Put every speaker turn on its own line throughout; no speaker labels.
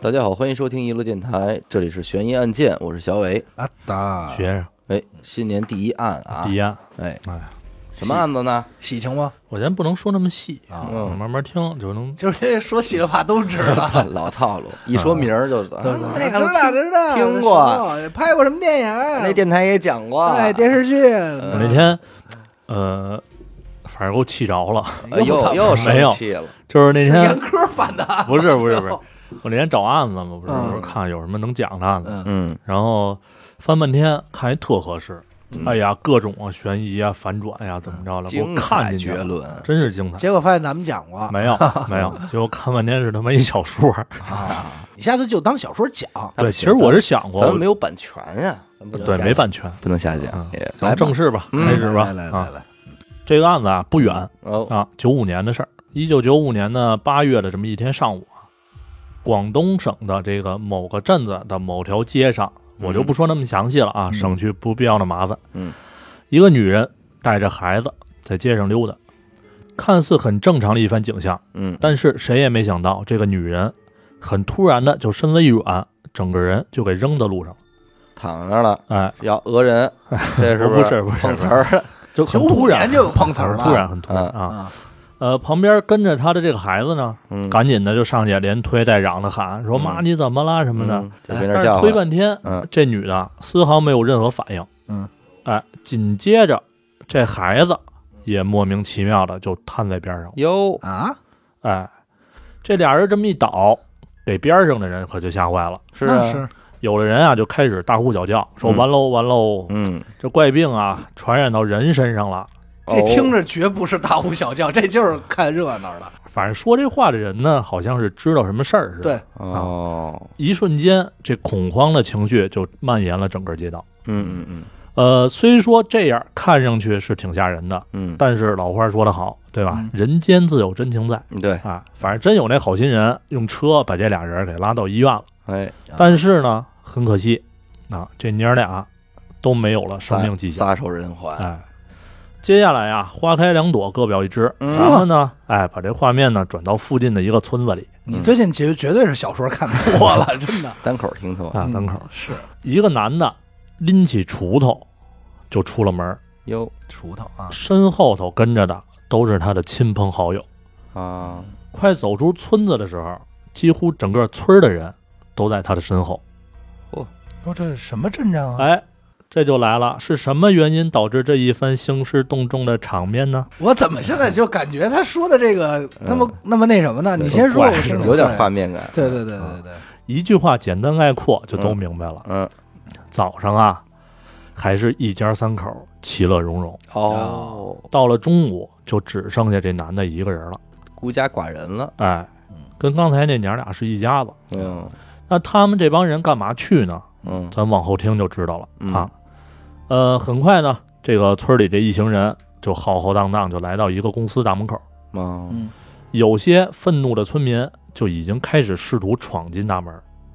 大家好，欢迎收听娱乐电台，这里是悬疑案件，我是小伟。
啊达，
学生，
哎，新年第一案啊
第，一案，
哎，
哎呀，
什么案子呢？。
喜庆吗？
我先不能说那么细
啊
嗯慢慢听就能。
就是说喜的话都知道
老套路，一说名儿就
嗯
对
啊
对知道知道，
听过
知道，拍过什么电影？
那电台也讲过，啊
哎电视剧，
嗯
我那天，呃，反正给我气着了，
哎又又
没
生
呃有
气了，
就是那天
严科犯的啊，
不是不是 不是，我那天找案子嘛，不是，
嗯
我说看有什么能讲的案子，
嗯
嗯
然后翻半天看一特合适，哎呀，各种啊悬疑啊反转呀、怎么着了，给我
嗯精
看
彩
进去
绝
了，
伦，
真是精彩。
结果发现咱们讲 过，
没有没有，结果看半天是他妈一小说。
你下次就当小说讲。
对，其实我是想过
咱，们没有版权呀，咱不能
对
瞎
没版权。
不能瞎讲
嗯，
也来
咱们
吧
正式吧，
嗯
开始吧
来来。来
啊，
来，
这个案子啊不远，
哦，
啊，九五年的事儿。一九九五年的八月的这么一天上午啊，广东省的这个某个镇子的某条街上，我就不说那么详细了啊，
嗯
省去不必要的麻烦。
嗯，
一个女人带着孩子在街上溜达，看似很正常的一番景象，
嗯
但是谁也没想到，这个女人很突然的就身子一软，整个人就给扔到路上了。
躺那儿了，
哎，
要讹人， 这是
不是不是
碰瓷儿了？
就
九
很突
五
然
年，就有碰瓷儿
很
了，
突然，很突然
嗯
啊。
啊，
呃，旁边跟着她的这个孩子呢，
嗯，
赶紧的就上去连推带嚷的喊说：“
嗯
妈，你怎么啦？”什么的。
嗯就没
但
人
是
叫
推半天，
嗯
这女的丝毫没有任何反应。
嗯，
哎，紧接着这孩子也莫名其妙的就瘫在边上了。
哟，
啊，
哎，这俩人这么一倒，给边上的人可就吓坏了。
是
那
啊，
是
有的人啊就开始大呼小叫，说
嗯
完喽完喽，
嗯，
这怪病啊传染到人身上了。
这
哦
听着绝不是大呼小叫，这就是看热闹的。
反正说这话的人呢，好像是知道什么事儿似的。
对，
哦，
一瞬间，这恐慌的情绪就蔓延了整个街道。
嗯嗯嗯
呃，虽说这样看上去是挺吓人的，
嗯，
但是老话说得好，对吧？
嗯
人间自有真情在
对，
啊！反正真有那好心人用车把这俩人给拉到医院了，
哎，
啊
但是呢，很可惜啊，这娘俩都没有了生命迹象。
撒手人寰，
哎，接下来呀，花开两朵，各表一枝。
嗯
咱们呢，哎，把这画面呢转到附近的一个村子里
你最近绝绝对是小说看多了，真的。
单口听说
嗯啊，
嗯
门口、
是
一个男的拎起锄头就出了门儿，
哟
锄头啊，
身后头跟着的都是他的亲朋好友。
啊，
快走出村子的时候，几乎整个村儿的人都在他的身后。
说这是什么阵仗啊？
哎，这就来了，是什么原因导致这一番兴师动众的场面呢？
我怎么现在就感觉他说的这个那么那么那什么呢？
对
你先说，我听听。
有点画面感，
对。对对对对对，
一句话简单概括就都明白了。
嗯，
早上啊，还是一家三口其乐融融，
哦，
到了中午就只剩下这男的一个人了。
孤家寡人了，
哎，跟刚才那娘俩是一家子。
嗯
那他们这帮人干嘛去呢？
嗯
咱往后听就知道了、
嗯
啊。呃，很快呢，这个村里这一行人就浩浩荡荡就来到一个公司大门口，
哦，
嗯
有些愤怒的村民就已经开始试图闯进大门。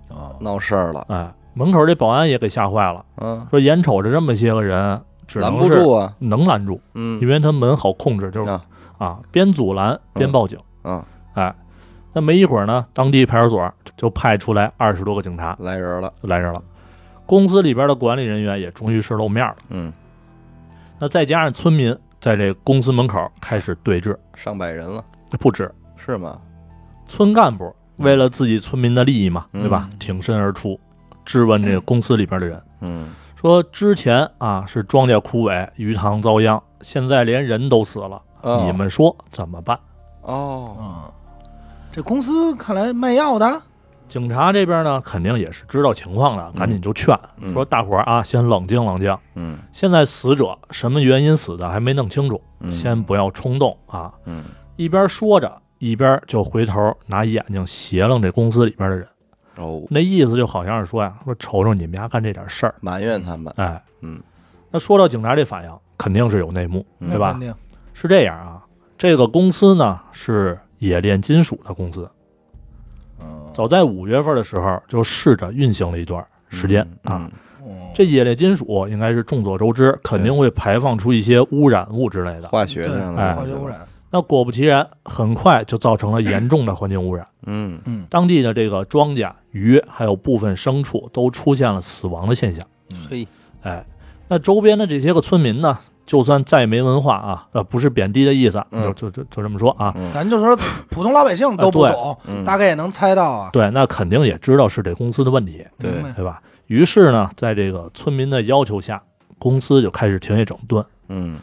哦，
闹事儿了，
哎，门口这保安也给吓坏了，
嗯，
说眼瞅着这么些个人，只
拦
能
不
是
住啊，
能拦住，
嗯
因为他门好控制，就是
啊
啊，边阻拦边报警。
嗯，
哎，那没一会儿呢，当地派出所就派出来二十多个警察
来人了，
就来这儿了。公司里边的管理人员也终于是露面了。
嗯，
那再加上村民在这公司门口开始对峙，
上百人了，
不止
是吗？
村干部为了自己村民的利益嘛，
嗯
对吧？挺身而出，质问这个公司里边的人，
嗯，
说之前啊是庄稼枯萎，鱼塘遭殃，现在连人都死了，
哦
你们说怎么办？
哦，
嗯，这公司看来卖药的，
警察这边呢，肯定也是知道情况的，赶紧就劝、
嗯
说：“大伙儿啊，先冷静冷静。
嗯
现在死者什么原因死的还没弄清楚，
嗯
先不要冲动啊。
嗯，
一边说着，一边就回头拿眼睛斜楞这公司里边的人，
哦，
那意思就好像是说呀，说瞅瞅你们家干这点事儿，
埋怨他们，
哎，
嗯，
那说到警察这反应，肯定是有内幕，
嗯
对
那
吧
肯？定
是这样啊，这个公司呢是冶炼金属的公司，
嗯
早在五月份的时候就试着运行了一段时间
哦嗯
啊。，
嗯
这冶炼金属应该是众所周知，肯定会排放出一些污染物之类
嗯
的。
化学
对
上
哎
的，
化学污，染，
那果不其然，很快就造成了严重的环境污染，
嗯
嗯，
当地的这个庄稼、鱼还有部分牲畜都出现了死亡的现象。
嘿，
哎，那周边的这些个村民呢，就算再没文化啊，呃，不是贬低的意思啊，
嗯
就就就就这么说啊。
咱就说普通老百姓都不
啊对
懂，
嗯
大概也能猜到啊。
对，那肯定也知道是这公司的问题，
对
明白
对吧？于是呢，在这个村民的要求下，公司就开始停业整顿。
嗯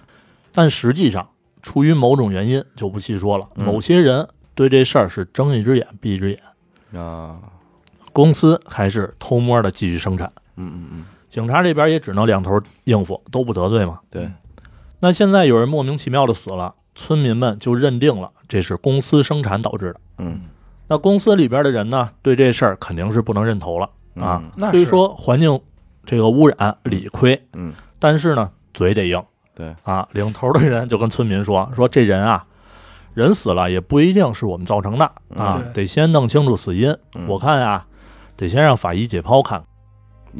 但实际上，出于某种原因，就不细说了。
嗯
某些人对这事儿是睁一只眼闭一只眼，
啊，
公司还是偷摸的继续生产。
嗯嗯嗯，
警察这边也只能两头应付，都不得罪嘛。
对，
那现在有人莫名其妙的死了，村民们就认定了这是公司生产导致的。
嗯
那公司里边的人呢，对这事儿肯定是不能认头了啊。
嗯
那
虽
是
说环境这个污染理亏，
嗯
但是呢，嘴得硬。
对
啊，领头的人就跟村民说：“ 说这人啊，人死了也不一定是我们造成的啊
嗯，对
得先弄清楚死因。
嗯
我看啊，得先让法医解剖看看。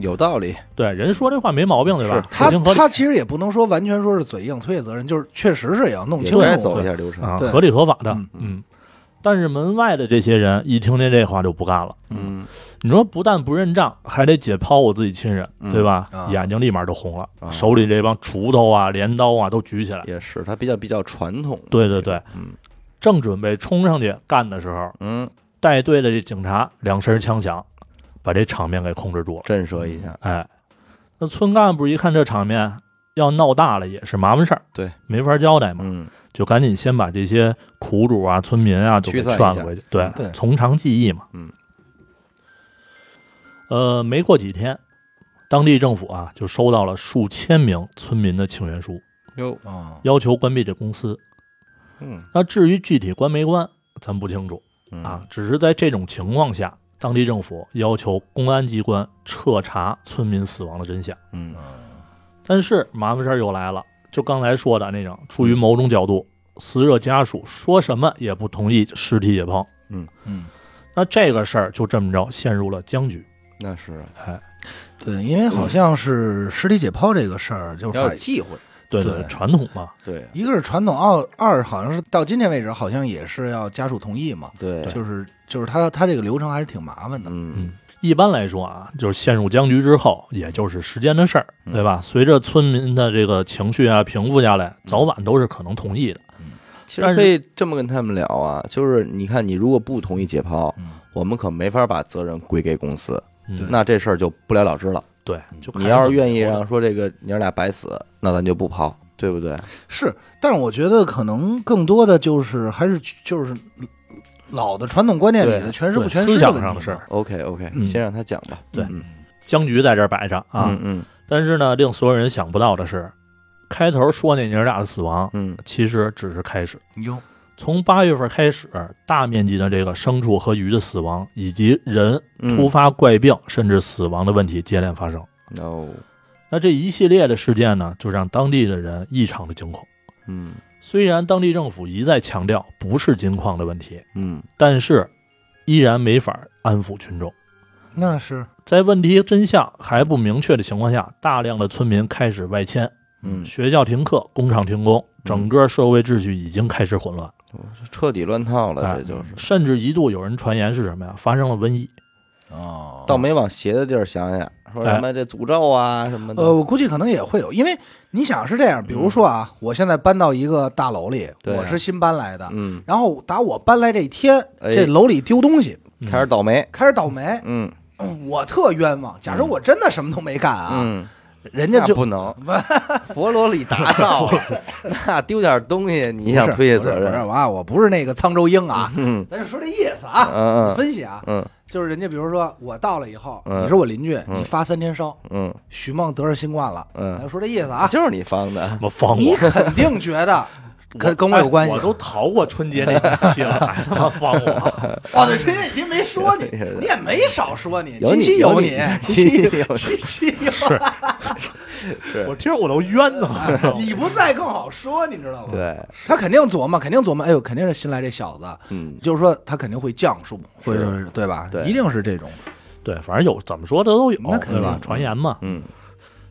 有道理，
对，人说这话没毛病，对吧？
他
合情合理
他其实也不能说完全说是嘴硬推卸责任，就是确实是也要弄
也
清
该
楚
走一。下流程。
啊，
对
合理合法的
嗯，
嗯。但是门外的这些人一听见这话就不干了。
嗯
你说不但不认账，还得解剖我自己亲人，
嗯
对吧？
啊
眼睛立马就红了，
啊
手里这帮锄头啊、镰刀啊都举起来。
也是，他比较比较传统。
对对对，
嗯
正准备冲上去干的时候，
嗯，
带队的这警察两声枪响，把这场面给控制住了。
震慑一下。
哎，那村干部一看这场面要闹大了，也是麻烦事儿，
对，
没法交代嘛，
嗯
就赶紧先把这些苦主啊、村民啊都
驱
给
散一
劝
下
回去，对，
对
从长计议嘛。
嗯，
呃，没过几天，当地政府啊就收到了数千名村民的请愿书，
嗯哟，
啊，
要求关闭这公司。
嗯
那至于具体关没关，咱不清楚。
嗯
啊，，只是在这种情况下，当地政府要求公安机关彻查村民死亡的真相。
嗯
但是麻烦事儿又来了，就刚才说的那种，出于某种角度，死者家属说什么也不同意尸体解剖。
嗯，
那这个事儿就这么着陷入了僵局。
那是
对，因为好像是尸体解剖这个事儿，就是
要
法
有忌讳。
对
对
传统嘛，
对
一个是传统，二二好像是到今天为止，好像也是要家属同意嘛，
对，
就是就是他他这个流程还是挺麻烦的。
嗯
一般来说啊，就是陷入僵局之后，也就是时间的事儿，
嗯
对吧？随着村民的这个情绪啊平复下来，早晚都是可能同意的。
其
但
实
是
可以这么跟他们聊啊，就是你看，你如果不同意解剖，
嗯
我们可没法把责任归给公司，
嗯
对
那这事儿就不了了之了。
对，就看
你要
怎
是
么
愿意
说的嗯
让说这个娘俩白死，那咱就不刨，对不对？
是，但是我觉得可能更多的就是还是就是老的传统观念里的
对
全是不
对
全
思
尸
想
问
上
题
的事
嘛
儿
OK OK，、
嗯
先让他讲吧。
对
嗯
僵局在这儿摆着啊。
嗯嗯
但是呢，令所有人想不到的是，开头说那娘俩的死亡，
嗯
其实只是开始。
哟，
从八月份开始，大面积的这个牲畜和鱼的死亡，以及人
嗯
突发怪病、甚至死亡的问题接连发生。
，no，
那这一系列的事件呢，就让当地的人异常的惊恐。
嗯
虽然当地政府一再强调不是金矿的问题，
嗯
但是依然没法安抚群众。
那是
在问题真相还不明确的情况下，大量的村民开始外迁，
嗯，
学校停课，工厂停工，整个社会秩序已经开始混乱，
彻底乱套了，
哎
这就是。
甚至一度有人传言是什么呀？发生了瘟疫。
哦
倒没往邪的地儿想想，说
哎
什么这诅咒啊什么的。
呃，
哦
我估计可能也会有，因为你想是这样，比如说啊，我现在搬到一个大楼里，
嗯对啊
我是新搬来的，
嗯，
然后打我搬来这一天，
哎
这楼里丢东西，
嗯
开始倒霉。
开始倒霉，
嗯
嗯 我特冤枉。假如我真的什么都没干啊，
嗯，
人家
那
就
不能， 佛罗里达到，那丢点东西你想推卸责
不是不是
任？
不是啊，我不是那个沧州鹰啊，
嗯
咱就说这意思啊，
嗯嗯
分析啊，
嗯
就是人家比如说我到了以后，
嗯
你是我邻居，
嗯
你发三天烧，
嗯
许梦得上新冠了，咱
嗯，
就说这意思 啊，
就是你放的
什。么放
你
我？
肯定觉 得跟跟我有关系啊
哎我都逃过春节那一期了，还他妈放我？
哦，对，陈建奇没说 你，
对
你也没少说你，
有
七
你
七
有
你
你，
七
七七 有
七七有，
我听着我都 冤得慌。
你不在更好说，你知道吗？，
对，
他肯定琢磨，肯定琢磨，哎呦，肯定是新来这小子，
嗯
就是说他肯定会降数，或者是对吧？
对
一定是这种，
对，反正有怎么说的都有，
那肯定啊
对吧？传言嘛。
嗯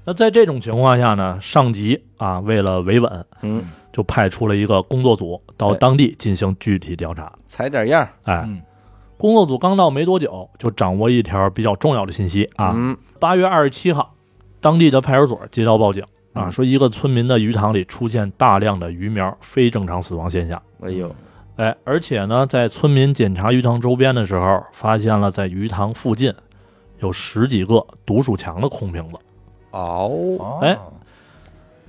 那在这种情况下呢，上级啊为了维稳，
嗯，
就派出了一个工作组到
哎
当地进行具体调查。
踩点样儿
哎，
嗯
工作组刚到没多久，就掌握一条比较重要的信息啊。
嗯，
八、月二十七号，当地的派出所接到报警啊，
嗯
说一个村民的鱼塘里出现大量的鱼苗非正常死亡现象。
哎呦，
哎，而且呢，在村民检查鱼塘周边的时候，发现了在鱼塘附近有十几个毒鼠强的空瓶子。
哦，
哦
哎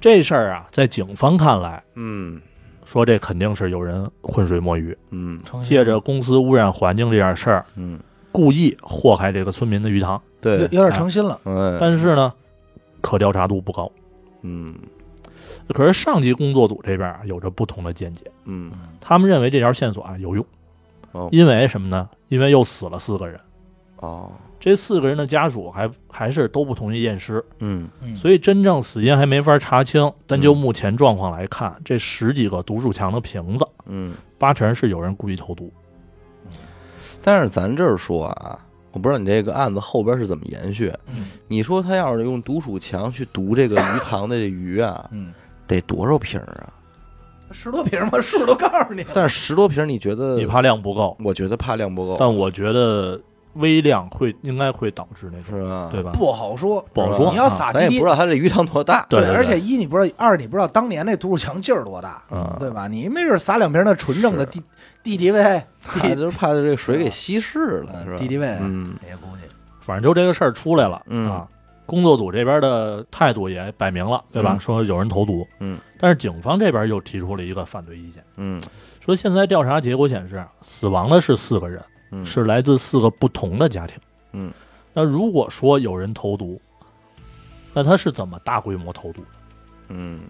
这事儿啊，在警方看来，
嗯
说这肯定是有人浑水摸鱼，
嗯
成
借着公司污染环境这件事儿，
嗯，故
故意祸害这个村民的鱼塘。
有
对，
有点成心了，
嗯
但是呢，可调查度不高。
嗯
可是上级工作组这边啊有着不同的见解，
嗯，
他们认为这条线索啊有用，
哦
因为什么呢？因为又死了四个人，
哦，
这四个人的家属还还是都不同意验尸，
嗯
嗯
所以真正死因还没法查清。但就目前状况来看，这十几个毒鼠强的瓶子，
嗯，
八成是有人故意投毒。
但是咱这儿说啊，我不知道你这个案子后边是怎么延续。
嗯
你说他要是用毒鼠强去毒这个鱼塘的这鱼啊，
嗯，
得多少瓶儿啊？
十多瓶吧，数都告诉你，
但是十多瓶儿，你觉得
你？怕量不够，
我觉得怕量不够，
但我觉得微量会应该会导致那种，
是啊吧？
对吧？
不好说。
不
是
好
吧
说，
你要
啊
撒
咱也
鸡
不知道他这鱼塘多大。
对对对
而且一你不知道，二你不知道当年那毒鼠强劲儿多大，
啊，
对吧？你没准撒两瓶那纯正的
是
D D D 位
怕就是怕这个水给稀释了，是吧？
，D D 位，
嗯
哎呀，估计
反正就这个事儿出来了、
嗯
啊。工作组这边的态度也摆明了，对吧？
嗯
说有人投毒，
嗯。
但是警方这边又提出了一个反对意见，
嗯
说现在调查结果显示，死亡的是四个人，
嗯，
是来自四个不同的家庭。
嗯，
那如果说有人投毒，那他是怎么大规模投毒的？
嗯，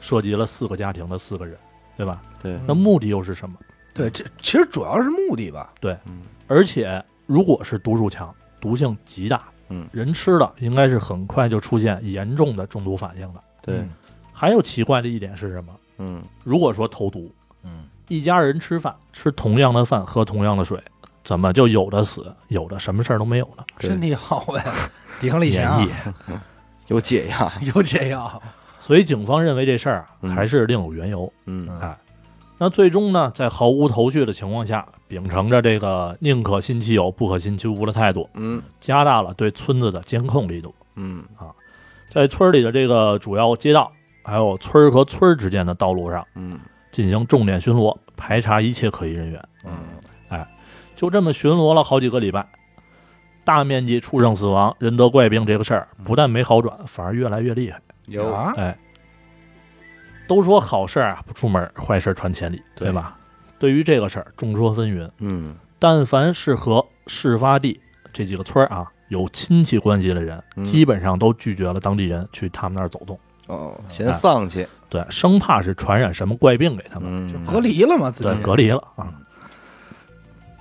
涉及了四个家庭的四个人，对吧？
对，
嗯
那目的又是什么？
对，这其实主要是目的吧，
嗯
而且如果是毒鼠强，毒性极大，
嗯，
人吃了应该是很快就出现严重的中毒反应的。
对，
还有奇怪的一点是什么？
嗯
如果说投毒，
嗯，
一家人吃饭吃同样的饭，喝同样的水，怎么就有的死，有的什么事儿都没有呢？
对
身体好呗，抵抗力
免
强
疫，。
有解药，
有解药，
所以警方认为这事儿啊
嗯
还是另有缘由。
嗯
哎，那最终呢，在毫无头绪的情况下，秉承着这个宁可信其有，不可信其无的态度，
嗯
加大了对村子的监控力度。
嗯
在村里的这个主要街道，还有村儿和村儿之间的道路上
嗯
进行重点巡逻，排查一切可疑人员。
嗯，
就这么巡逻了好几个礼拜，大面积畜生死亡、人得怪病这个事儿不但没好转，反而越来越厉害。
有，
啊，
哎，都说好事儿啊不出门，坏事儿传千里，
对
对吧？对于这个事儿，众说纷纭。
嗯
但凡是和事发地这几个村儿啊有亲戚关系的人，
嗯
基本上都拒绝了当地人去他们那儿走动，
哦，嫌丧气，
对，生怕是传染什么怪病给他们。
嗯
啊就隔离了嘛，自
对，
己
隔离了啊。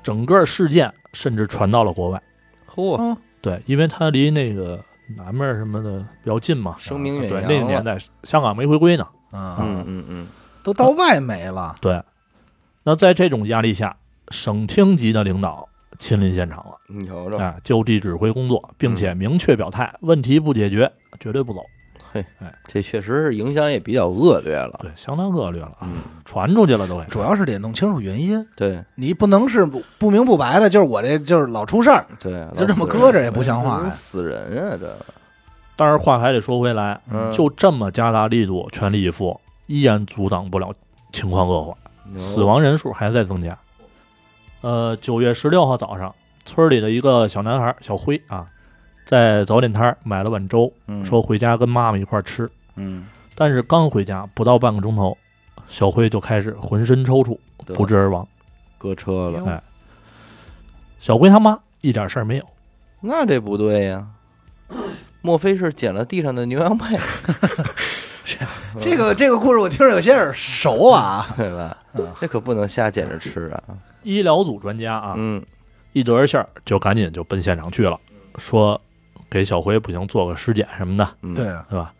整个事件甚至传到了国外，
嚯，
嗯
对，因为它离那个南面什么的比较近嘛，
声名远
对，
扬
那个年
了
代香港没回归呢，
啊，
嗯嗯嗯
都到外媒了，
对。那在这种压力下，省厅级的领导亲临现场了，
你瞅瞅，
啊，就地指挥工作，并且明确表态，问题不解决，绝对不走。
这确实是影响也比较恶劣了，
对，相当恶劣了啊，
嗯，
传出去了都给。
主要是得弄清楚原因，
对
你不能是不不明不白的，就是我这就是老出事儿，
对，
就这么搁着也不像话呀，
死人啊，这，
当然话还得说回来，
嗯，
就这么加大力度，全力以赴，依然阻挡不了情况恶化，
哦
死，亡人数还在增加。呃，九月十六号早上，村里的一个小男孩小辉啊，在早点摊儿买了碗粥，说回家跟妈妈一块儿吃。
嗯，
但是刚回家不到半个钟头，小辉就开始浑身抽搐，不治而亡。
搁车了，
哎
小辉他妈一点事儿没有，
那这不对呀。莫非是捡了地上的牛羊 配， 哎
这个这个故事我听着有些耳熟啊，
对吧？这可不能瞎捡着吃啊！
医疗组专家啊，
嗯
一得信儿就赶紧就奔现场去了，说给小辉不行做个尸检什么的，
嗯，
对啊，
对吧？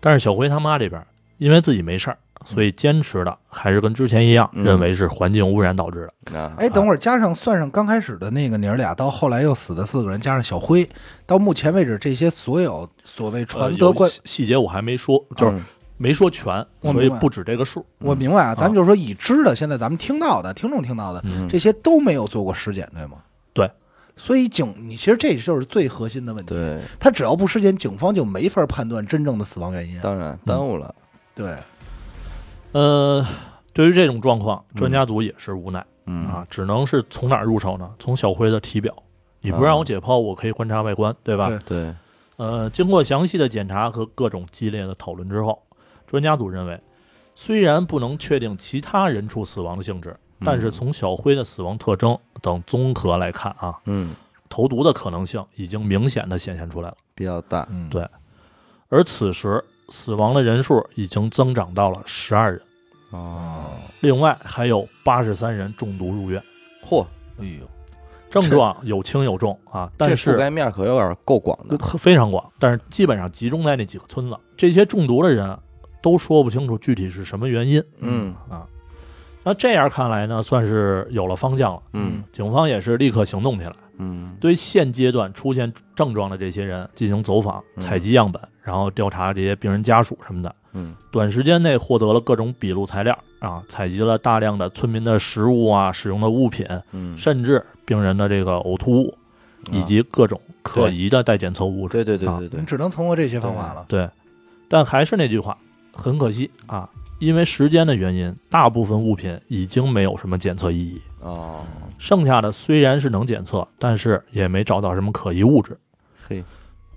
但是小辉他妈这边因为自己没事儿，所以坚持的还是跟之前一样，
嗯
认为是环境污染导致的。
啊，
哎，等会儿加上算上刚开始的那个娘儿俩，到后来又死的四个人，加上小辉，到目前为止，这些所有所谓传
呃
德
有
关，
细细节我还没说，就是没说全，
我
所
明
以
白
不止这个数。
我明白啊，咱们就是说已知的，现在咱们听到的、听众听到的，
嗯
这些都没有做过尸检，对吗？
对，
所以警，你其实这就是最核心的问题。
对，
他只要不尸检，警方就没法判断真正的死亡原因。
当然耽误了，
对，
呃，对于这种状况，专家组也是无奈、
嗯
啊，只能是从哪儿入手呢？从小辉的体表，你不让我解剖，我可以观察外观，对吧？
对
对，嗯
呃，经过详细的检查和各种激烈的讨论之后，专家组认为，虽然不能确定其他人畜死亡的性质，
嗯
但是从小辉的死亡特征等综合来看啊，
嗯
投毒的可能性已经明显的显现出来了。
比较大，
嗯，
对而此时死亡的人数已经增长到了十二人，
哦，
另外还有八十三人中毒入院，
嚯，
哎呦，
症状有轻有重啊，
这
但
覆
是
盖面可有点够广的，
非常广，但是基本上集中在那几个村子。这些中毒的人都说不清楚具体是什么原因
嗯
啊。那这样看来呢，算是有了方向了。
嗯
警方也是立刻行动起来，
嗯，
对现阶段出现症状的这些人进行走访、
嗯
采集样本，然后调查这些病人家属什么的。
嗯
短时间内获得了各种笔录材料啊，采集了大量的村民的食物啊、使用的物品，
嗯，
甚至病人的这个呕吐物，以及各种可疑的待检测物
啊
质。
对对对
啊
对对
你，只能通过这些方法了。
对，但还是那句话，很可惜啊，因为时间的原因，大部分物品已经没有什么检测意义，
哦，
剩下的虽然是能检测，但是也没找到什么可疑物质。
嘿，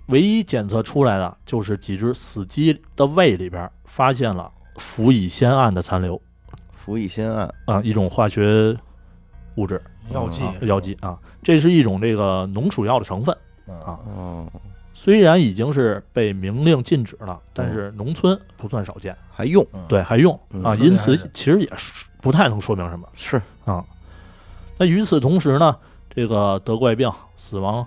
唯一检测出来的就是几只死鸡的胃里边发现了氟乙酰胺的残留。
服以先案，
啊，一种化学物质
药剂
啊，药剂啊，这是一种这个农鼠药的成分。
啊
啊
哦，
虽然已经是被明令禁止了，但是农村不算少见，
还用
对，还用
嗯
啊，
说明
因
还
此
是
其实也是不太能说明什么
是，
啊。那与此同时呢，这个得怪病、死亡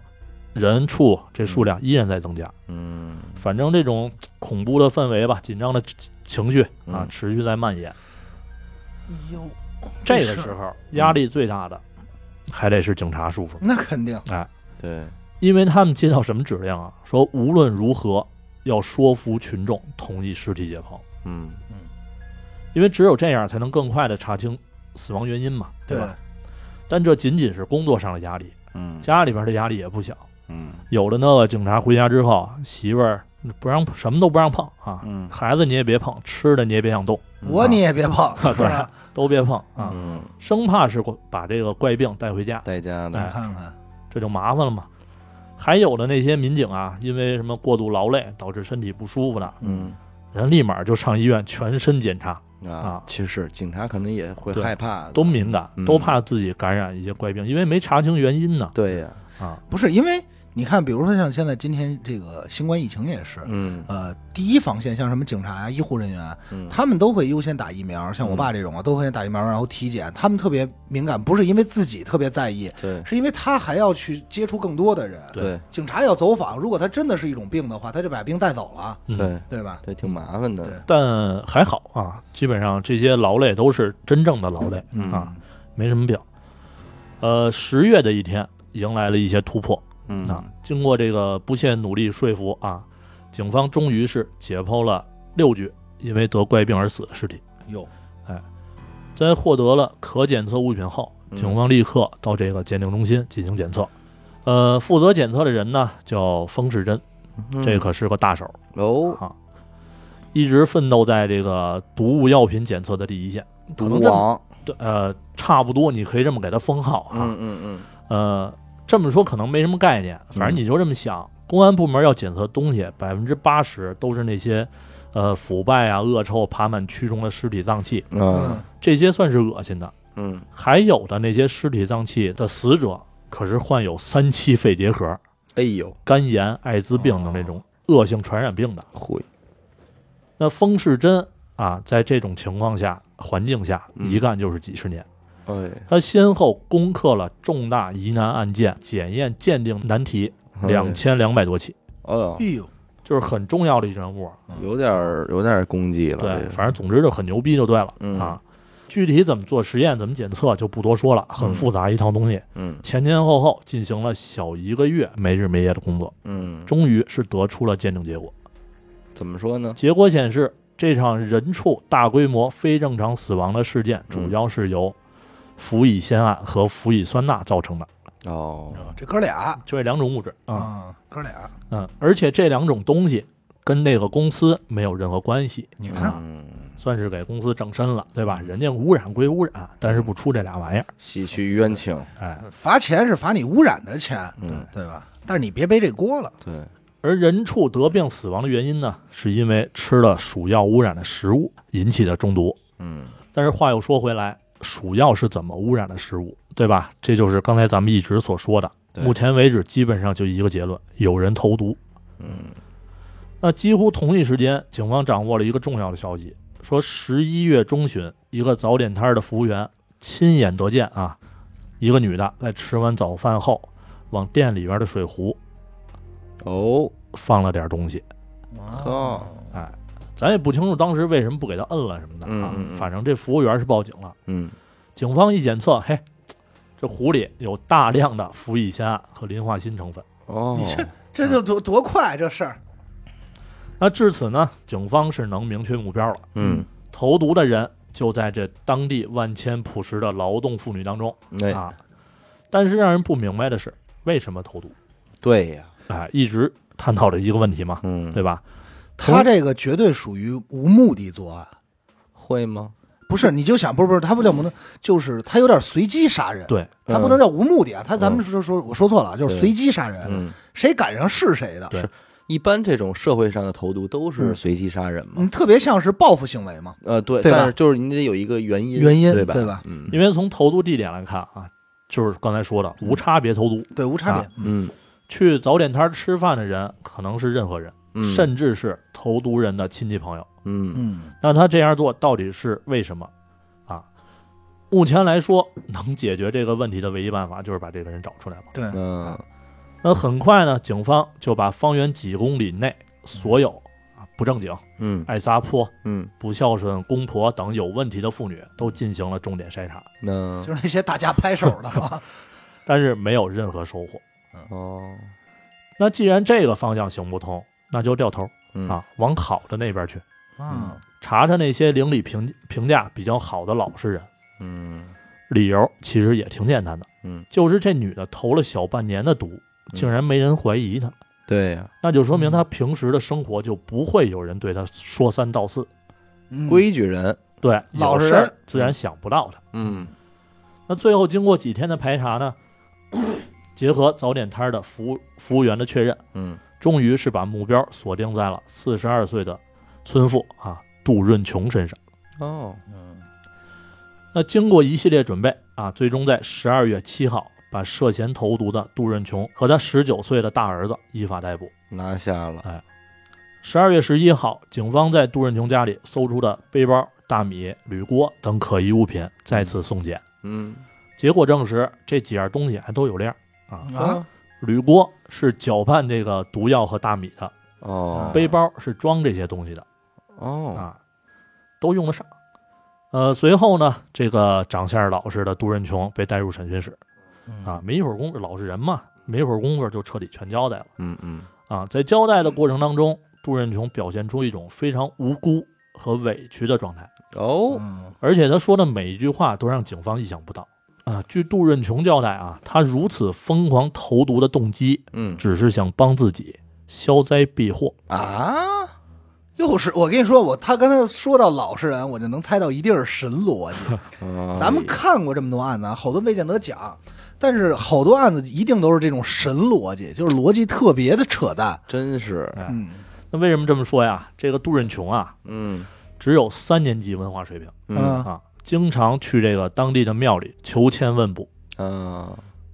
人畜这数量依然在增加。
嗯
反正这种恐怖的氛围吧，紧张的情绪啊
嗯，
持续在蔓延。
哟，
这个
事儿
时候压力最大的还得是警察叔叔。
那肯定，
对，
因为他们接到什么指令啊？说无论如何要说服群众同意尸体解剖，
嗯
因为只有这样才能更快的查清死亡原因嘛，
对
吧？但这仅仅是工作上的压力，
嗯
家里边的压力也不小。
嗯
有的那个警察回家之后，媳妇儿不让什么都不让碰啊，
嗯
孩子你也别碰，吃的你也别想动，
我你也别碰，
对
是吧？
都别碰啊，
嗯，
生怕是把这个怪病带回家，
带家
你
哎
的，
看看，
这就麻烦了嘛。还有的那些民警啊，因为什么过度劳累导致身体不舒服的，
嗯
人立马就上医院全身检查，
啊
啊，
其实警察可能也会
对
害怕的，
都敏感
嗯，
都怕自己感染一些怪病，因为没查清原因呢。
对呀，
啊，
不是因为你看，比如说像现在今天这个新冠疫情也是，
嗯
呃，第一防线像什么警察呀、医护人员，
嗯，
他们都会优先打疫苗，像我爸这种啊，都会先打疫苗，然后体检，他们特别敏感，不是因为自己特别在意，
对
是因为他还要去接触更多的人。
对
警察要走访，如果他真的是一种病的话，他就把病带走了，
嗯
对
对吧？
对，挺麻烦
对
的，
但还好啊，基本上这些劳累都是真正的劳累，
嗯
啊，没什么病。呃，十月的一天，迎来了一些突破
嗯
啊。经过这个不懈努力说服啊，警方终于是解剖了六具因为得怪病而死的尸体。
有
在获得了可检测物品后，
嗯
警方立刻到这个鉴定中心进行检测。呃，负责检测的人呢叫风世珍，
嗯
这可是个大手儿
哦，
啊，一直奋斗在这个毒物药品检测的第一线。
毒
能这么
王，
对，呃，差不多你可以这么给他封号啊哈、
嗯嗯
呃，这么说可能没什么概念，反正你就这么想。公安部门要检测东西，百分之八十都是那些，呃，腐败啊、恶臭爬满蛆虫的尸体脏器，
嗯啊
嗯，
这些算是恶心的。
嗯，
还有的那些尸体脏器的死者，可是患有三期肺结核、
哎呦，
肝炎、艾滋病等这种恶性传染病的。
会，
那风世珍啊，在这种情况下、环境下，
嗯
一干就是几十年。
哎，
他先后攻克了重
嗯
大疑难案件检验鉴定难题两千两百多起，
哎哦
哎，呦，
就是很重要的一人物。
有点儿有点儿攻击了，
对
这，个
反正总之就很牛逼就对了、
嗯
啊。具体怎么做实验、怎么检测就不多说了，很
嗯
复杂一套东西。
嗯
前前后后进行了小一个月没日没夜的工作，
嗯，
终于是得出了鉴定结果。
怎么说呢？
结果显示，这场人畜大规模非正常死亡的事件，
嗯
主要是由氟乙酰胺和氟乙酸钠造成的，
哦，
这哥俩
就这两种物质啊。
啊，哥俩，
嗯，而且这两种东西跟那个公司没有任何关系，
你看
嗯，
算是给公司正身了，对吧？人家污染归污染，但是不出这俩玩意儿。
洗去冤情，
哎，
罚钱是罚你污染的钱，
嗯，
对吧？但是你别背这锅了，
对，
而人畜得病死亡的原因呢，是因为吃了鼠药污染的食物引起的中毒。
嗯
但是话又说回来，鼠药是怎么污染的食物，对吧？这就是刚才咱们一直所说的。
对
目前为止，基本上就一个结论：有人投毒。
嗯
那几乎同一时间，警方掌握了一个重要的消息，说十一月中旬，一个早点摊儿的服务员亲眼得见啊，一个女的在吃完早饭后，往店里边的水壶
哦，
放了点东西。哎
呵，
咱也不清楚当时为什么不给他摁了什么的啊。
嗯嗯嗯
反正这服务员是报警了，
嗯
警方一检测，嘿，这壶里有大量的氟乙酰胺和磷化锌成分。
哦，
你这这就多多快这事儿，
那至此呢，警方是能明确目标了，
嗯，
投毒的人就在这当地万千朴实的劳动妇女当中
哎，
啊。但是让人不明白的是，为什么投毒？
对呀，
哎，一直探讨着一个问题嘛，
嗯，
对吧？
他这个绝对属于无目的作案。
会吗？
不是，你就想，不是不是，他不叫无能，就是他有点随机杀人，
对
他
嗯
不能叫无目的啊。他咱们说说，我说错了，就是随机杀人，
嗯，
谁赶上是谁的。
对
一般这种社会上的投毒都是随机杀人嘛，
嗯，特别像是报复行为嘛。
呃，对，
对吧
但是就是你得有一个原因，
原因
对吧？
对吧
嗯
因为从投毒地点来看啊，就是刚才说的无差别投毒，
对，无差别。嗯
嗯
去早点摊儿吃饭的人可能是任何人，
嗯，
甚至是投毒人的亲戚朋友。
嗯
嗯，
那他这样做到底是为什么啊？目前来说，能解决这个问题的唯一办法就是把这个人找出来嘛。
对，
嗯
那很快呢，警方就把方圆几公里内所有啊不正经、
嗯
爱撒泼、
嗯，
不孝顺公婆等有问题的妇女都进行了重点筛查，
那
就是那些打架拍手的 嘛。
但是没有任何收获。
哦，
那既然这个方向行不通，那就掉头
嗯
啊，往好的那边去。
嗯，
查查那些邻里评评价比较好的老实人。
嗯
理由其实也挺简单的，
嗯，
就是这女的投了小半年的毒，竟然没人怀疑她，
对呀，
那就说明
嗯
她平时的生活就不会有人对她说三道四，
嗯
规矩人，
对，
老
有
实
事
人
儿自然想不到她。
嗯
那最后经过几天的排查呢，结合早点摊儿的服务服务员的确认，
嗯
终于是把目标锁定在了四十二岁的村妇啊杜润琼身上。
哦，
嗯
那经过一系列准备啊，最终在十二月七号把涉嫌投毒的杜润琼和他十九岁的大儿子依法逮捕。
拿下了，
十二月十一号，警方在杜润琼家里搜出的背包、大米、铝锅等可疑物品再次送检，
嗯
结果证实这几样东西还都有链儿啊。
啊，
铝锅是搅拌这个毒药和大米的，
啊
哦
背包是装这些东西的
哦，
啊，都用得上。呃，随后呢，这个长相老实的杜润琼被带入审讯室，
嗯
啊，没一会儿功夫，老实人嘛，没一会儿功夫就彻底全交代了
嗯嗯
啊。在交代的过程当中，杜任琼表现出一种非常无辜和委屈的状态，
哦，
嗯，
而且他说的每一句话都让警方意想不到啊。据杜任琼交代啊，他如此疯狂投毒的动机，
嗯
只是想帮自己消灾避祸。
啊，
又是我跟你说，我他刚才说到老实人，我就能猜到一定是神逻辑。
哎
咱们看过这么多案子啊，好多未见得讲，但是好多案子一定都是这种神逻辑，就是逻辑特别的扯 淡。
真是，
哎
嗯，
那为什么这么说呀？这个杜任琼啊，
嗯
只有三年级文化水平
嗯
啊，经常去这个当地的庙里求签问卜。
嗯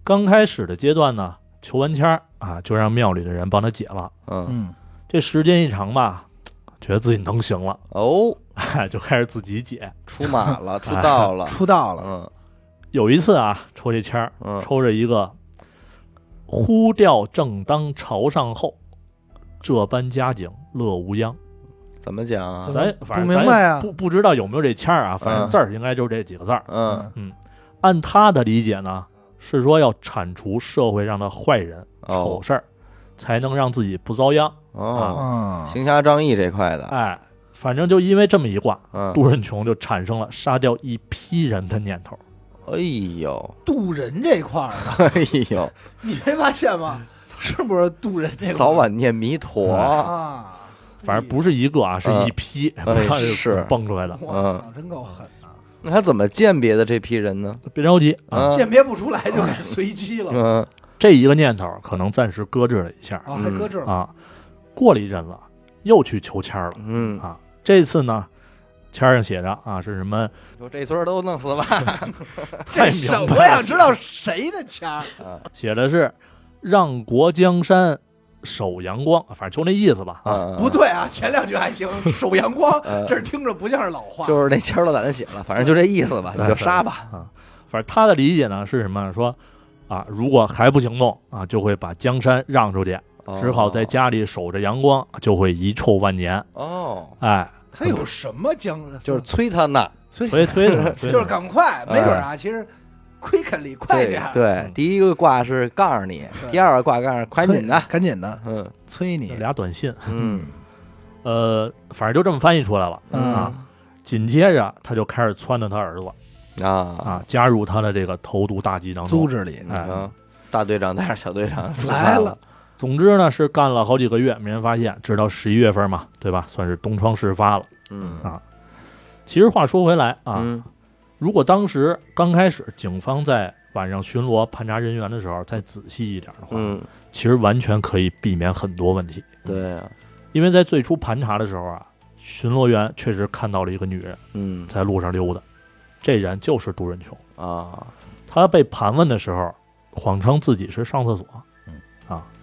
刚开始的阶段呢，求完签儿啊，就让庙里的人帮他解了。
嗯
嗯，
这时间一长吧，觉得自己能行了，
哦，
哎，就开始自己解。
出马 了，出道了，
出道了，
嗯
有一次啊，抽这签儿，
嗯
抽着一个“呼调正当朝上后，这般佳景乐无央。
怎么讲啊
怎？么
咱
不
反正
明
咱
白啊
不不知道有没有这签儿啊，反正
嗯
字儿应该就是这几个字儿。
嗯，
按他的理解呢，是说要铲除社会上的坏人、
哦
丑事儿，才能让自己不遭殃。
哦，
啊，
行侠仗义这块的，
哎，反正就因为这么一卦，
嗯，
杜润琼就产生了杀掉一批人的念头。
哎呦，
渡人这块儿呢，
哎呦，
你没发现吗？ 是不是渡人这块儿
早晚念弥陀，
啊？
反正不是一个啊，是一批，
哎
不知道
是
蹦出来的。
我
嗯
操，真够狠啊！
那他怎么鉴别的这批人呢？
别着急啊，
嗯
鉴别不出来就给随机了
嗯，
这一个念头可能暂时搁置了一下
啊，还搁这儿了
啊。过了一阵了，又去求签儿了。
嗯，
这次呢，签儿上写着啊，是 什么？
说这村儿都弄死吧，
太明
是
白了
我想知道谁的签儿
写的是“让国江山守阳光”，反正就那意思 吧。啊，
啊，
不对啊，前两句还行，守阳光
嗯，
这听着不像是老话，
就是那签儿都懒得写了，反正就这意思吧，你就杀吧，
啊，反正他的理解呢是什么？说啊，如果还不行动啊，就会把江山让出去，
哦
只好在家里守着阳光，就会遗臭万年。
哦，
哎，
他有什么江 山？
就是催他呢，
催，
推推着，推
就是
着
赶快，没准啊，其实 quickly 快
对
点儿，
对，第一个卦是告诉你，第二个卦告诉你快紧的，
赶紧的，
嗯
催你，
俩短信，
嗯
呃，反正就这么翻译出来了。
嗯
紧接着他就开始撺掇他儿子
啊
啊，加入他的这个投毒大计当
组
中。
织里
你看嗯大队长带着小队 长
啊来了，
总之呢，是干了好几个月，没人发现，直到十一月份嘛，对吧？算是东窗事发了。
嗯
其实话说回来啊，
嗯
如果当时刚开始警方在晚上巡逻盘查人员的时候再仔细一点的话，
嗯，
其实完全可以避免很多问题。，
对啊，
因为在最初盘查的时候啊，巡逻员确实看到了一个女人
嗯
在路上溜达，这人就是杜仁琼。
啊，
她被盘问的时候，谎称自己是上厕所，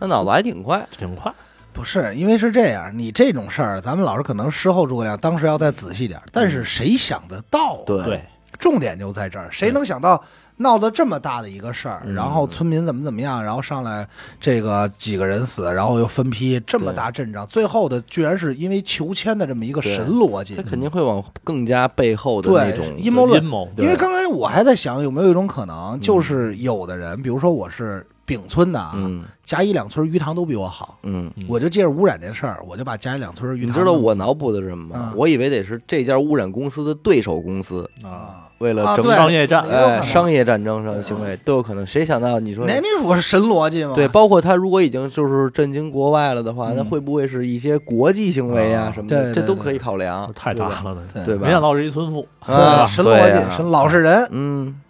那脑子还挺快，
挺快。
不是，因为是这样，你这种事儿，咱们老师可能事后诸葛亮当时要再仔细点儿，但是谁想得到？，
嗯
啊
对，
重点就在这儿，谁能想到闹得这么大的一个事儿，
嗯
然后村民怎么怎么样，然后上来这个几个人死，然后又分批这么大阵仗，最后的居然是因为求签的这么一个神逻辑
他，肯定会往更加背后的那
嗯对
种
阴谋论
阴谋，
对嗯
因为刚才我还在想有没有一种可能，就是有的人，比如说我是丙村的啊，
嗯
甲乙两村鱼塘都比我好，
嗯。
嗯
我就借着污染这事儿，我就把甲乙两村鱼
你
塘
知道我脑补的是什么吗？
嗯
我以为得是这家污染公司的对手公司，
啊，
啊，
为了
啊
争
对
商业战
也有可
呃
能啊
商业战争上的行为都有可能。谁想到你说
那那我是神逻辑吗？
对，包括他如果已经就是震惊国外了的话，
啊嗯
那会不会是一些国际行为啊
啊
什么的？
对
这
对
都
对
可以考量，
太
啊对吧
大，了，
对
对吧？
没想到是一村妇。
啊，
神
对
逻
呀
辑，神老实人，
嗯，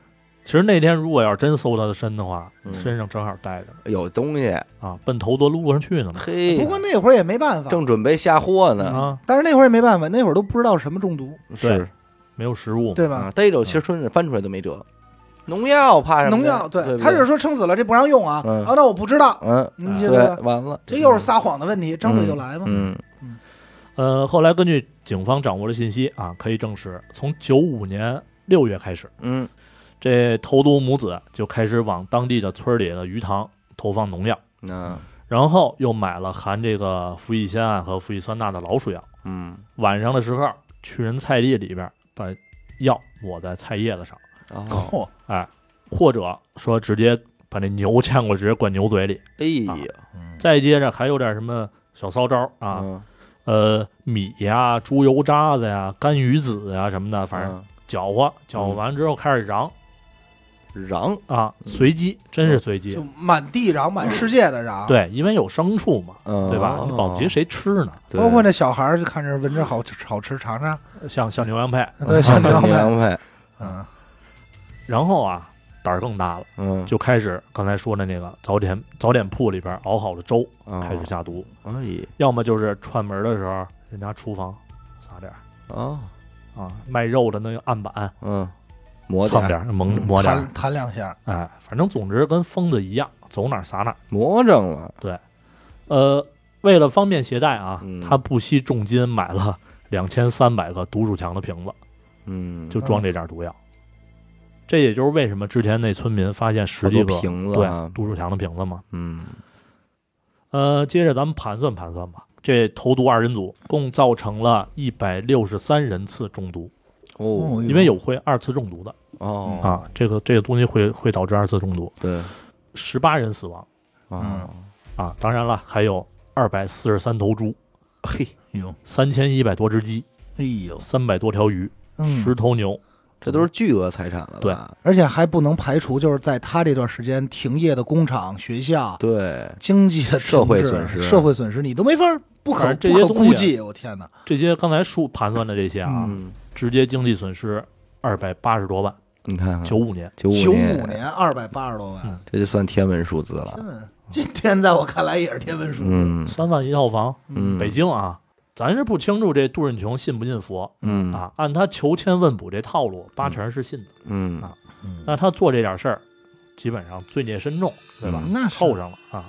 其实那天如果要是真搜他的身的话，
嗯
身上正好带着呢
有东西，
啊，奔头多路上去呢嘛。
嘿
不，过那会儿也没办法，
啊正准备下货
嗯
呢，
啊，
但是那会儿也没办法，那会儿都不知道什么中毒，
嗯
是
没有食物，
对吧？
啊，逮着其实春子翻出来都没辙，农药怕什么
农
呀？
药，
对不对，
他就是说撑死了，这不让用啊。
嗯
啊，那我不知道，
嗯，
你
啊
觉
对
得，
完了，
这又是撒谎的问题，张嘴就
嗯
来嘛。
嗯，
呃，后来根据警方掌握的信息啊，可以证实，从九五年六月开始，
嗯
这投毒母子就开始往当地的村里的鱼塘投放农药，
嗯那
然后又买了含这个氟乙酰胺和氟乙酸钠的老鼠药。
嗯
晚上的时候，去人菜地里边把药抹在菜叶子上，
哦，
嚯，
或者说直接把那牛牵过，直接灌牛嘴里。
哎呀，
再接着还有点什么小骚招啊，
嗯，
呃，米呀、猪油渣子呀、干鱼子呀什么的，啊反正
嗯
搅和，搅和完之后开始瓤
正嗯瓤，
啊，随机，
嗯
真是随
就
机。
满地嚷，满世界的嚷。，
对，因为有牲畜嘛，
嗯
对吧？你保不齐谁吃呢？
对
包 括那小孩儿就看着闻着好吃好吃尝尝，
像像牛羊配，
嗯
对，像这样
牛
呗。
羊配，
嗯，
然后啊，胆儿更大了，
嗯，
就开始刚才说的那个早点早点铺里边熬好的粥
哦
开始下毒，
哎呀，
要么就是串门的时候，人家厨房撒点儿
哦，
啊，卖肉的那个案板
嗯，磨
蹭
点
点
儿
儿，蒙
嗯
抹点儿，
弹弹两下，
哎，反正总之跟疯子一样，走哪儿撒哪儿。
魔怔了，
呃，为了方便携带啊，
嗯
他不惜重金买了两千三百个毒鼠强的瓶子，
嗯，
就装这点毒药。这也就是为什么之前那村民发现十
好
几
多
个
瓶子
对
啊，
毒鼠强的瓶子嘛。
嗯
呃，接着咱们盘算盘算吧。这投毒二人组共造成了一百六十三人次中毒，
哦
因
因为有会二次中毒的
哦
啊，这个这个东西会会导致二次中毒，
对
十八人死亡
啊
嗯
啊，当然了，还有二百四十三头猪、
嘿，
哟，
三千一百多只鸡、
哎呦，
三百多条鱼、
嗯
十头牛，
这都是巨额财产了吧？
而且还不能排除，就是在他这段时间停业的工厂、学校、
对，
经济的停滞
社会损失
社会损失你都没法儿不可
反正这
不
些
可
东西啊
估计。我天哪，
这些刚才数盘算的这些啊，
嗯
嗯，
直接经济损失二百八十多万，
你看看
九五年。
九
九
五
五，年二百八十多万
嗯，
这就算天文数字了。
真的今天在我看来也是天文数字。
嗯
三万一套房，
嗯，
北京啊，咱是不清楚这杜润琼信不信佛
嗯
啊。按他求签问卜这套路，八成是信的。
嗯
啊那他做这点事儿，基本上罪孽深重，对吧？
嗯
那是
扣上了啊。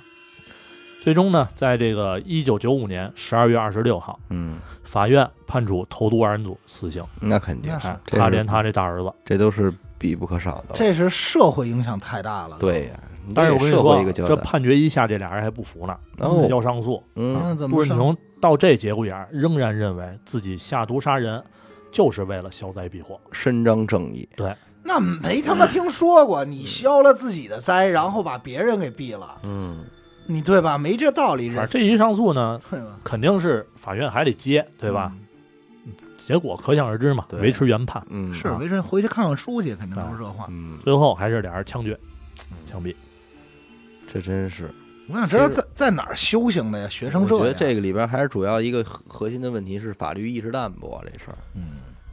最终呢，在这个一九九五年十二月二十六号，
嗯，
法院判处投毒二人组死刑。
那肯定
那，是
哎，
这
他
是
连他这大儿子，
这都是必不可少的。
这是社会影响太大了。，
对呀，你
但是
这
我跟你
社
说啊
会一个，交
这
代。
判决一下，这俩人还不服呢，
哦
要上诉。
嗯
那怎么
杜润
上？
琼到这节骨眼儿，仍然认为自己下毒杀人就是为了消灾避祸。
伸张正义，
那没他妈听说过，你消了自己的灾，然后把别人给毙了，
嗯，
你对吧？没这道理，
反正
人
这一上诉呢，
对吧？嗯
肯定是法院还得接，对吧？结果可想而知嘛，
嗯对
维持原判。
嗯，
是
啊
维晨回去看看书去，肯定都是这话。
嗯，
最后还是俩人枪决，枪毙。
这真嗯是。
我想知道在在哪儿修行的呀？学成
我觉
这
得
样，
这个里边还是主要一个核核心的问题是法律意识淡薄这事儿。
嗯，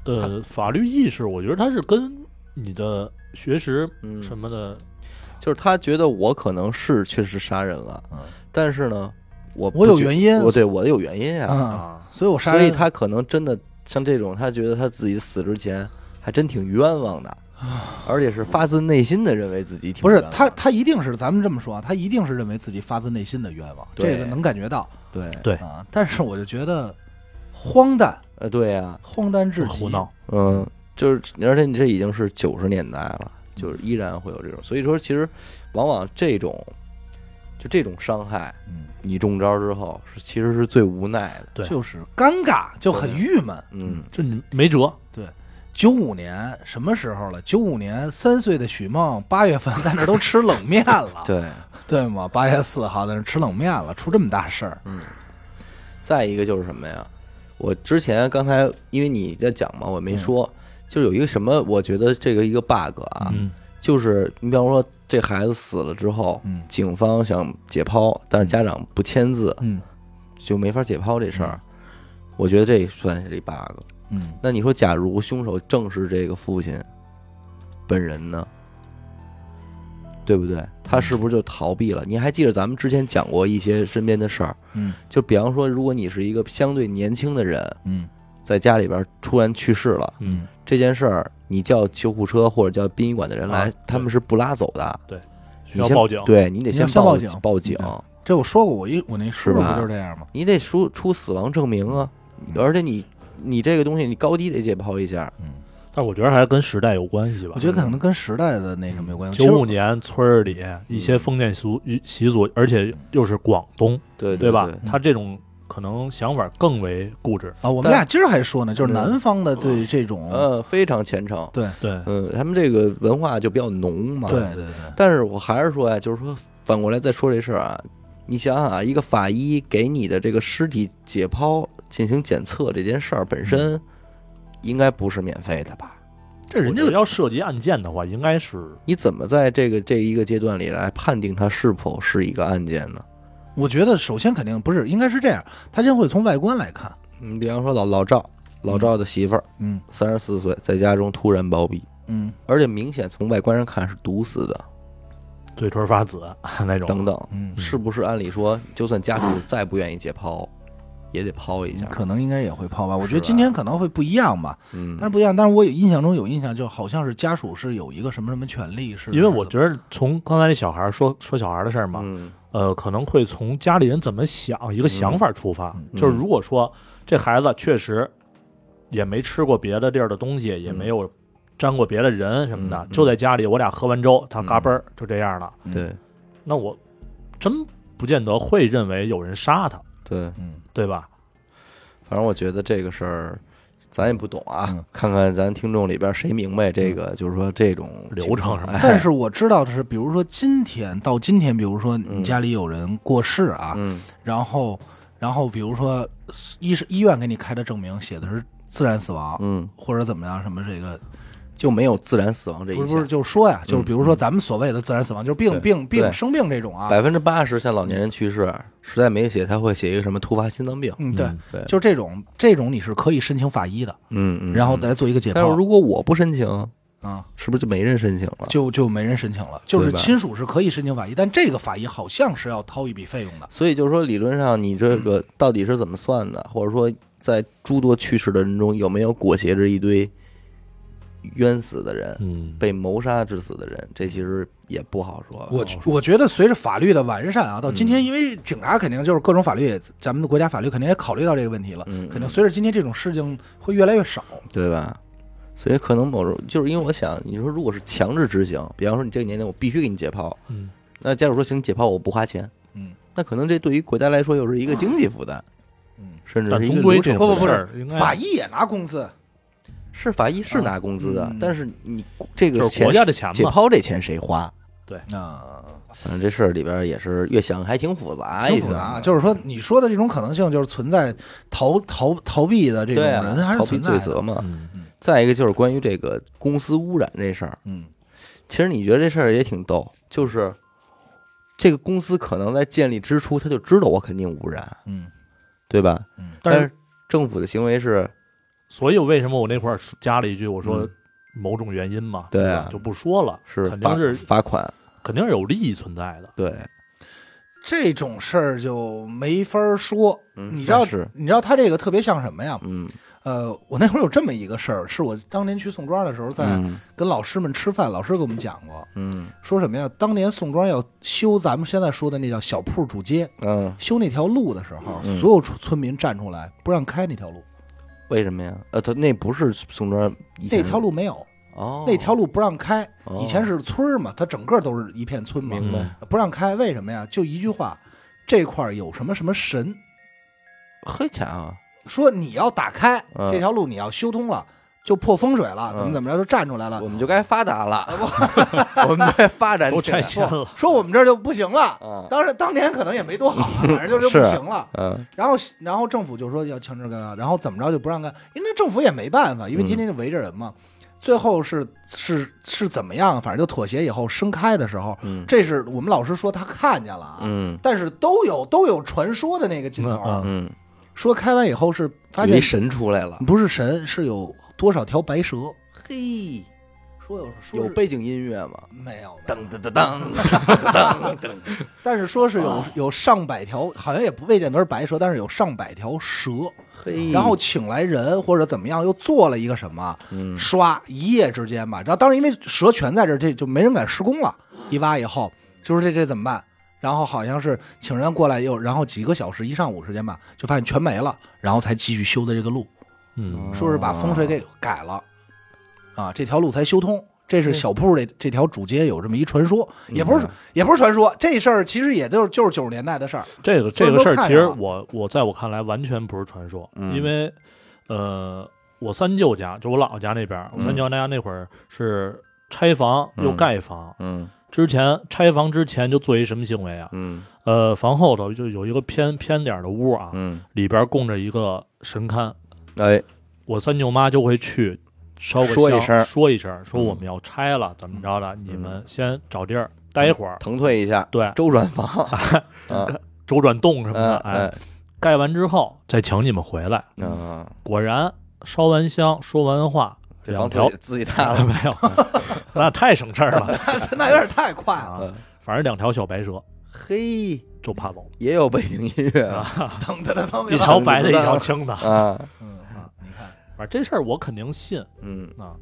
呃，法律意识，我觉得它是跟你的学识
嗯
什么的，
就是他觉得我可能是确实杀人了，
嗯
但是呢，我
我有
因，
原因，
我对我有原因啊，
啊，
啊，
所以我杀
所以
人，
他可能真的像这种，他觉得他自己死之前还真挺冤枉 的，而且是发自内心的认为自己挺
不是
冤枉的
他，他一定是咱们这么说啊，他一定是认为自己发自内心的冤枉，
对
这个能感觉到
对，
对
啊。但是我就觉得荒诞，
呃，对呀，
荒诞至极，
胡闹。
嗯，就是而且你这已经是九十年代了，就是依然会有这种，所以说其实往往这种就这种伤害，
嗯，
你中招之后是其实是最无奈的，
对
就是尴尬，就很郁闷。
嗯，
这你没辙。
九五年什么时候了？九五年三岁的许梦八月份在那儿都吃冷面了
对。
对吗？八月四号在那儿吃冷面了，出这么大事儿，
再一个就是什么呀？我之前刚才因为你在讲嘛，我
嗯
没说，就是有一个什么，我觉得这个一个 bug 啊，
嗯，
就是你比方说这孩子死了之后，
嗯
警方想解剖，但是家长不签字，
嗯
就没法解剖这事儿。
嗯
我觉得这算是一 bug。
嗯，
那你说，假如凶手正是这个父亲本人呢？对不对？他是不是就逃避了？你还记得咱们之前讲过一些身边的事儿？
嗯，
就比方说，如果你是一个相对年轻的人，
嗯
在家里边突然去世了，
嗯，
这件事儿你叫救护车或者叫殡仪馆的人来，
啊对
他们是不拉走的，
需
你
要
先
报警。
对你得
你要先
报
报警嗯
报警，
对这我说过，我一我那叔叔
是吧
不就是这样吗？
你得出出死亡证明啊，
嗯
而且你你这个东西你高低得解剖一下，
嗯，
但我觉得还跟时代有关系吧。
我觉得可能跟时代的那什么有关系。
九五年村儿里
嗯
一些封建俗习俗，而且又是广东，
对
对吧
对？
他这种可能想法更为固执。
啊，我们
但
俩今儿还说呢，就是
对
南方的对这种，
嗯，非常虔诚，
对
对，
嗯，他们这个文化就比较浓嘛，
对对对，
但是我还是说呀、就是说反过来再说这事儿啊，你想想啊，一个法医给你的这个尸体解剖进行检测这件事儿本
嗯
身，应该不是免费的吧？
这人家
我觉得要涉及案件的话，应该是
你怎么在这个这一个阶段里来判定它是否是一个案件呢？
我觉得首先肯定不是，应该是这样，他先会从外观来看，
你嗯比方说老老赵，老赵的媳妇儿
嗯
三十四岁，在家中突然暴毙，
嗯，
而且明显从外观上看是毒死的，
嘴唇发紫啊那种。
等等，
嗯
是不是？按理说，就算家属再不愿意解剖，也得剖一下。
嗯可能应该也会抛吧。我觉
是
得
吧
今天可能会不一样吧，
嗯
但是不一样。但是我有印象中有印象，就好像是家属是有一个什么什么权利，是
因为我觉得从刚才那小孩儿说说小孩儿的事儿嘛，
嗯，
呃，可能会从家里人怎么想一个想法出发，
嗯
就是如果说这孩子确实也没吃过别的地儿的东西，也
嗯
没有沾过别的人什么的，
嗯嗯
就在家里我俩喝完粥，他
嗯
嘎嘣儿就这样了，
嗯
对，
那我真不见得会认为有人杀他，
对，
嗯，
对吧？
反正我觉得这个事儿，咱也不懂啊，
嗯
看看咱听众里边谁明白这个，就是说这种
流
情
程
况
什么
哎
但是我知道的是，比如说今天到今天，比如说你
嗯
家里有人过世啊，
嗯
然后然后比如说医医院给你开的证明写的是自然死亡，
嗯，
或者怎么样什么这个，
就没有自然死亡这
不
一
是不是
项，
就是说呀，就是
嗯
比如说咱们所谓的自然死亡，就是病
对
病
对
病生病这种啊，
百分之八十像老年人去世，实在没写，他会写一个什么突发心脏病，
嗯对
嗯，
对，
就这种这种你是可以申请法医的，
嗯嗯，
然后
嗯
再做一个解
但是
剖
如果我不申请，
啊，
是不是就没人申请了？
就就没人申请了，就是
对吧
亲属是可以申请法医，但这个法医好像是要掏一笔费用的，
所以就是说，理论上你这个到底是怎么算的，或者说在诸多去世的人中，有没有裹挟着一堆冤死的人、
嗯，
被谋杀致死的人？这其实也不好说吧。
我觉我觉得随着法律的完善啊，到今
嗯
天，因为警察肯定就是各种法律也，咱们的国家法律肯定也考虑到这个问题了，
嗯，
肯定随着今天这种事情会越来越少。
对吧？所以可能某种就是因为我想，你说如果是强制执行，比方说你这个年龄我必须给你解剖，
嗯，
那家属说行解剖我不花钱，
嗯，
那可能这对于国家来说又是一个经济负担，
嗯，
甚至
但
是一
终
个
归
流
这
程
种
不不不
负
是
担
事儿应该
法医也拿工资，
是法医是拿工资的，
啊嗯
但是你这个
就是
钱
国家的钱
解
嘛，
剖这钱谁花？
啊，
反正这事儿里边也是越想还挺复杂，啊
挺复杂。啊就是说，你说的这种可能性，就是存在逃逃逃避的这
这
种
对
人
啊，
还是
逃避
存
罪
在
责
的。
嘛。
嗯，
再一个就是关于这个公司污染这事儿，
嗯
其实你觉得这事儿也挺逗，就是这个公司可能在建立之初他就知道我肯定污染，
嗯
对吧？
嗯
但是
是政府的行为是，
所以为什么我那块儿说加了一句，我说
嗯
某种原因嘛，
对
吧
啊
就不说了，
是
肯
罚
定是
罚款，
肯定是有利益存在的，
对，
这种事儿就没法儿说。
嗯
你知道
那是，
你知道他这个特别像什么呀？
嗯，
呃，我那会儿有这么一个事儿，是我当年去宋庄的时候，在
嗯
跟老师们吃饭，老师给我们讲过。
嗯
说什么呀？当年宋庄要修咱们现在说的那叫小铺主街，
嗯，
修那条路的时候，
嗯
所有村村民站出来不让开那条路，
为什么呀？呃，他那不是宋庄以前
那条路没有，
哦，
那条路不让开。
哦
以前是村儿嘛，它整个都是一片村嘛，
明白，
不让开，为什么呀？就一句话，这块儿有什么什么神，
黑钱啊，
说你要打开
嗯
这条路，你要修通了，就破风水了，怎么
嗯
怎么着就站出来了
我，们就该发达了，
啊
我们该发展
都
起来
拆迁了，
说我们这儿就不行了。
啊，
当然，当年可能也没多好，啊 反正就是
是
不行了。
嗯
然后然后政府就说要强制干嘛，然后怎么着就不让干，因为那政府也没办法，因
嗯
为天天就围着人嘛。最后是是是怎么样，反正就妥协以后升开的时候，
嗯
这是我们老师说他看见了啊，
嗯
但是都有都有传说的那个镜头，啊
嗯嗯
嗯，
说开完以后是发
有一
现
神出来了，
不是神，是有多少条白蛇，
嘿，
说有说
有
是
背景音乐吗？
没有，没
噔噔
有
噔噔噔噔噔，
但是说是有有上百条，好像也不未见得是白蛇，但是有上百条蛇，
嘿，
然后请来人或者怎么样，又做了一个什么。
嗯
刷一夜之间吧。然后当时因为蛇全在这儿，这就没人敢施工了。一挖以后，就是这这怎么办？然后好像是请人过来又，然后几个小时一上午时间吧，就发现全没了，然后才继续修的这个路，
嗯，
哦
说是把风水给改了，啊，这条路才修通。这是小铺这这条主街有这么一传说，
嗯
也不是也不是传说，这事儿其实也就是就是九十年代的事儿。
这个
所以都
这个事儿，
看
其实
见了
我我在我看来完全不是传说，
嗯
因为呃，我三舅家就我姥姥家那边儿，我三舅家那会儿是拆房又
嗯
盖房，
嗯
之前拆房之前就做一什么行为啊？
嗯
呃，房后头就有一个偏偏点儿的屋啊，
嗯，
里边儿供着一个神龛，
哎，
我三舅妈就会去。烧个
说一
香
声
说一声，说
嗯
我们要拆了，怎么着的？你们先找地儿待一会儿，
腾退一下，
对，
周转 房，啊
周转洞什么
嗯
的，哎，盖完之后再请你们回来。
嗯，
果然烧完香，说完话，
这
两
房自
条
己自己塌了，
没有， 那太省事儿了。
那有点太快
啊
了，
嗯
反正两条小白蛇
嘿，
就怕走，
也有背景音乐啊
啊、
腾腾腾腾
一条白的，一条青的。
啊，
嗯，你看，
反正这事儿我肯定信
嗯
啊。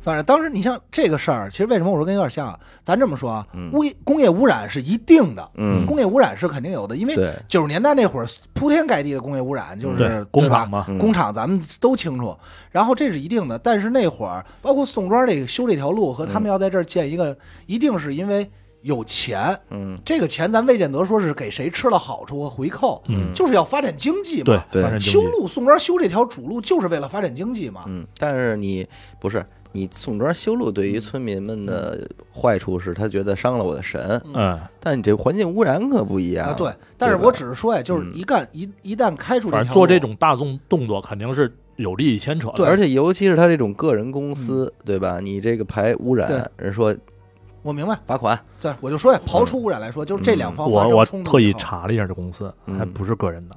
反正当时你像这个事儿，其实为什么我说跟有点像啊？咱这么说啊，
嗯
污工业污染是一定的，
嗯，
工业污染是肯定有的，因为
对，
九十年代那会儿铺天盖地的工业污染，就是
对，工厂
嘛。
嘛，
嗯
工厂咱们都清楚，然后这是一定的，
嗯
但是那会儿包括宋庄这个修这条路和他们要在这儿建一个，一定是因为有钱，
嗯，
这个钱咱未见得说是给谁吃了好处和回扣，
嗯
就是要发展经济嘛。
对，
对
发展经
修
济，
路宋庄修这条主路就是为了发展经济嘛。
嗯，但是你不是你宋庄修路对于村民们的坏处是，他觉得伤了我的神，
嗯，
但你这环境污染可不一样
啊，对，但是
对吧
我只是说呀，就是一干一一旦开出这
嗯反
条
正做
路
这种大动动作肯定是有利益牵扯的。
对
而且尤其是他这种个人公司，对吧？你这个排污染，人说
我明白，
罚款，
对，我就说呀，刨除污染来说，就是这两方发
嗯我
生
我
冲突以后，
特意查了一下这公司，
嗯
还不是个人的，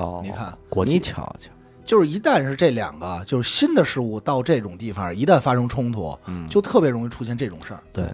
哦
啊，你看，
国
你
际
瞧瞧，
就是一旦是这两个，就是新的事物到这种地方，一旦发生冲突，
嗯，
就特别容易出现这种事儿。
对，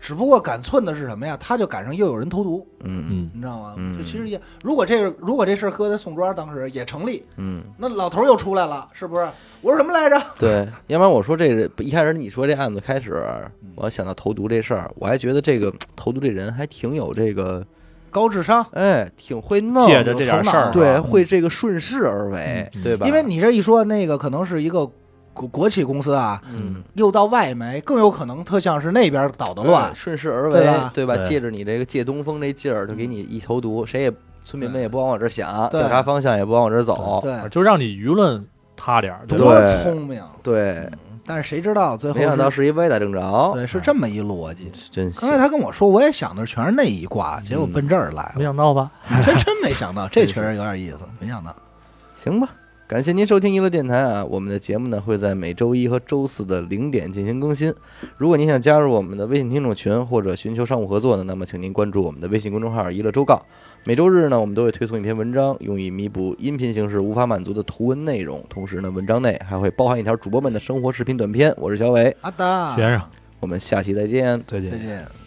只不过赶寸的是什么呀？他就赶上又有人投毒，
嗯
嗯，
你知道吗？
嗯
就其实也，如果这个如果这事儿搁在宋庄当时也成立，
嗯，
那老头儿又出来了，是不是？我说什么来着？
对，要不然我说这一开始你说这案子开始，
嗯
我想到投毒这事儿，我还觉得这个嗯投毒这人还挺有这个，
高智商，
哎，挺会弄，
借着这点事儿啊，
对，
嗯
会这个顺势而为，
嗯
对吧？
因为你这一说，那个可能是一个国国企公司啊，
嗯。
又到外媒，更有可能特像是那边捣的
对
乱。
顺势而为，
对吧
对吧？
对
借着你这个借东风这劲儿，就给你一头毒，谁也村民们也不往我这儿想，
对
调查方向也不往我这儿走，
对，
就让你舆论塌点儿，对吧
多
对
聪明！
对，
但是谁知道最后
没想到
是
是一歪打正着，
对是这么一逻辑。
真
刚才
行。
他跟我说，我也想的全是那一卦，结
嗯
果奔这儿来
没
了，
想到吧？
真真没想到，这确实有点意思，没想到。
行吧，感谢您收听娱乐电台啊！我们的节目呢会在每周一和周四的零点进行更新。如果您想加入我们的微信听众群或者寻求商务合作呢，那么请您关注我们的微信公众号“娱乐周告”。每周日呢，我们都会推送一篇文章，用以弥补音频形式无法满足的图文内容。同时呢，文章内还会包含一条主播们的生活视频短片。我是小伟，
阿达，
学生，
我们下期再见。
再见
啊再。见。